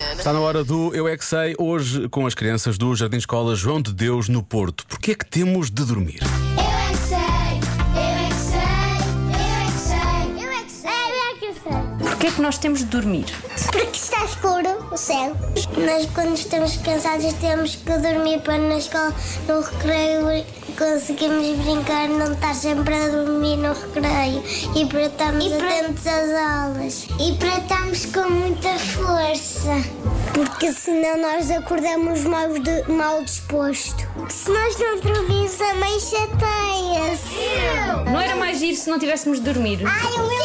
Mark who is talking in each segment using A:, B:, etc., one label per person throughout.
A: Joana.
B: Está na hora do Eu é que sei, hoje com as crianças do Jardim Escola João de Deus no Porto. Porquê é que temos de dormir?
C: Eu é que sei, eu é que sei, eu é que sei, eu é que sei, eu é que sei, eu é que sei.
D: Porquê é que nós temos de dormir?
C: Porque está escuro o céu. Nós quando estamos cansados temos que dormir para na escola, no recreio conseguimos brincar, não estar sempre a dormir no recreio e para estarmos atentos às aulas. E para estarmos com muita força. Porque senão nós acordamos mal, de- mal disposto. Se nós não dormirmos a mãe chateia-se.
D: Não era mais giro se não tivéssemos de dormir?
C: Ai, o meu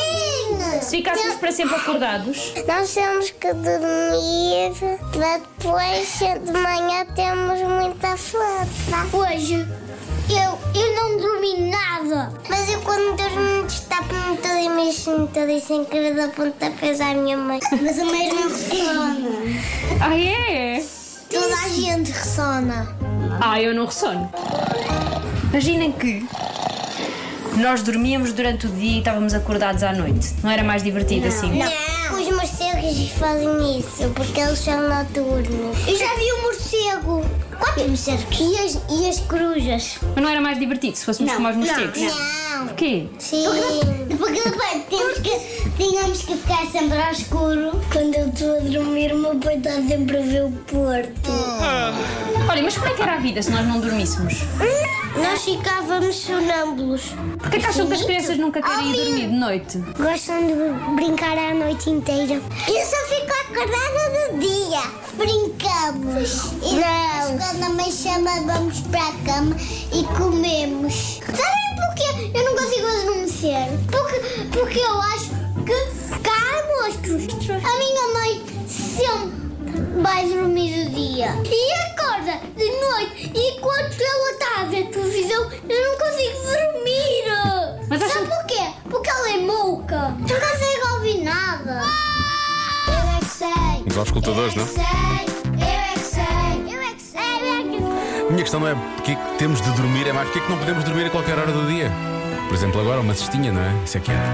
D: Se ficássemos para sempre acordados?
C: Nós temos que dormir para depois de manhã temos muita força. Hoje eu, eu não dormi nada. Mas eu quando durmo destapo-me toda e mexo-me toda e sem querer dou pontapés à minha mãe. Mas a mãe não ressona.
D: Ah, é?
C: toda a gente ressona.
D: Ah, eu não ressono. Imaginem que nós dormíamos durante o dia e estávamos acordados à noite. Não era mais divertido assim?
C: Não. Os morcegos fazem isso porque eles são noturnos. Eu já vi um morcego. Quantos morcegos? E as, e as corujas?
D: Mas não era mais divertido se fôssemos como os morcegos?
C: Não.
D: Porquê?
C: Sim. Porque, porque depois temos que, tínhamos que ficar sempre ao escuro. Quando eu estou a dormir, o meu pai está sempre a ver o Porto.
D: Olha, mas como é que era a vida se nós não dormíssemos?
C: Nós ficávamos sonâmbulos.
D: Porquê que acham que as crianças nunca querem ir
C: Óbvio.
D: dormir de noite?
C: Gostam de brincar a noite inteira. Eu só fico acordada do dia. Brincamos. E Não. Quando a mãe chama, vamos para a cama e comemos. Sabem porquê eu não consigo adormecer? Porque, porque eu acho que cá há monstros. A minha mãe sempre vai dormir o dia. E acorda de noite e enquanto ela está a ver televisão, eu não consigo dormir.
D: Mas
C: Sabe
D: acho-
C: porquê? Porque ela é mouca. Não consegue ouvir nada. Eu é que sei.
B: Os auscultadores, não?
C: Eu é que sei. Eu é que sei. Eu é que sei.
B: A minha questão não é porque é que temos de dormir, é mais porque é que não podemos dormir a qualquer hora do dia. Por exemplo, agora uma cestinha, não é? Isso é que era.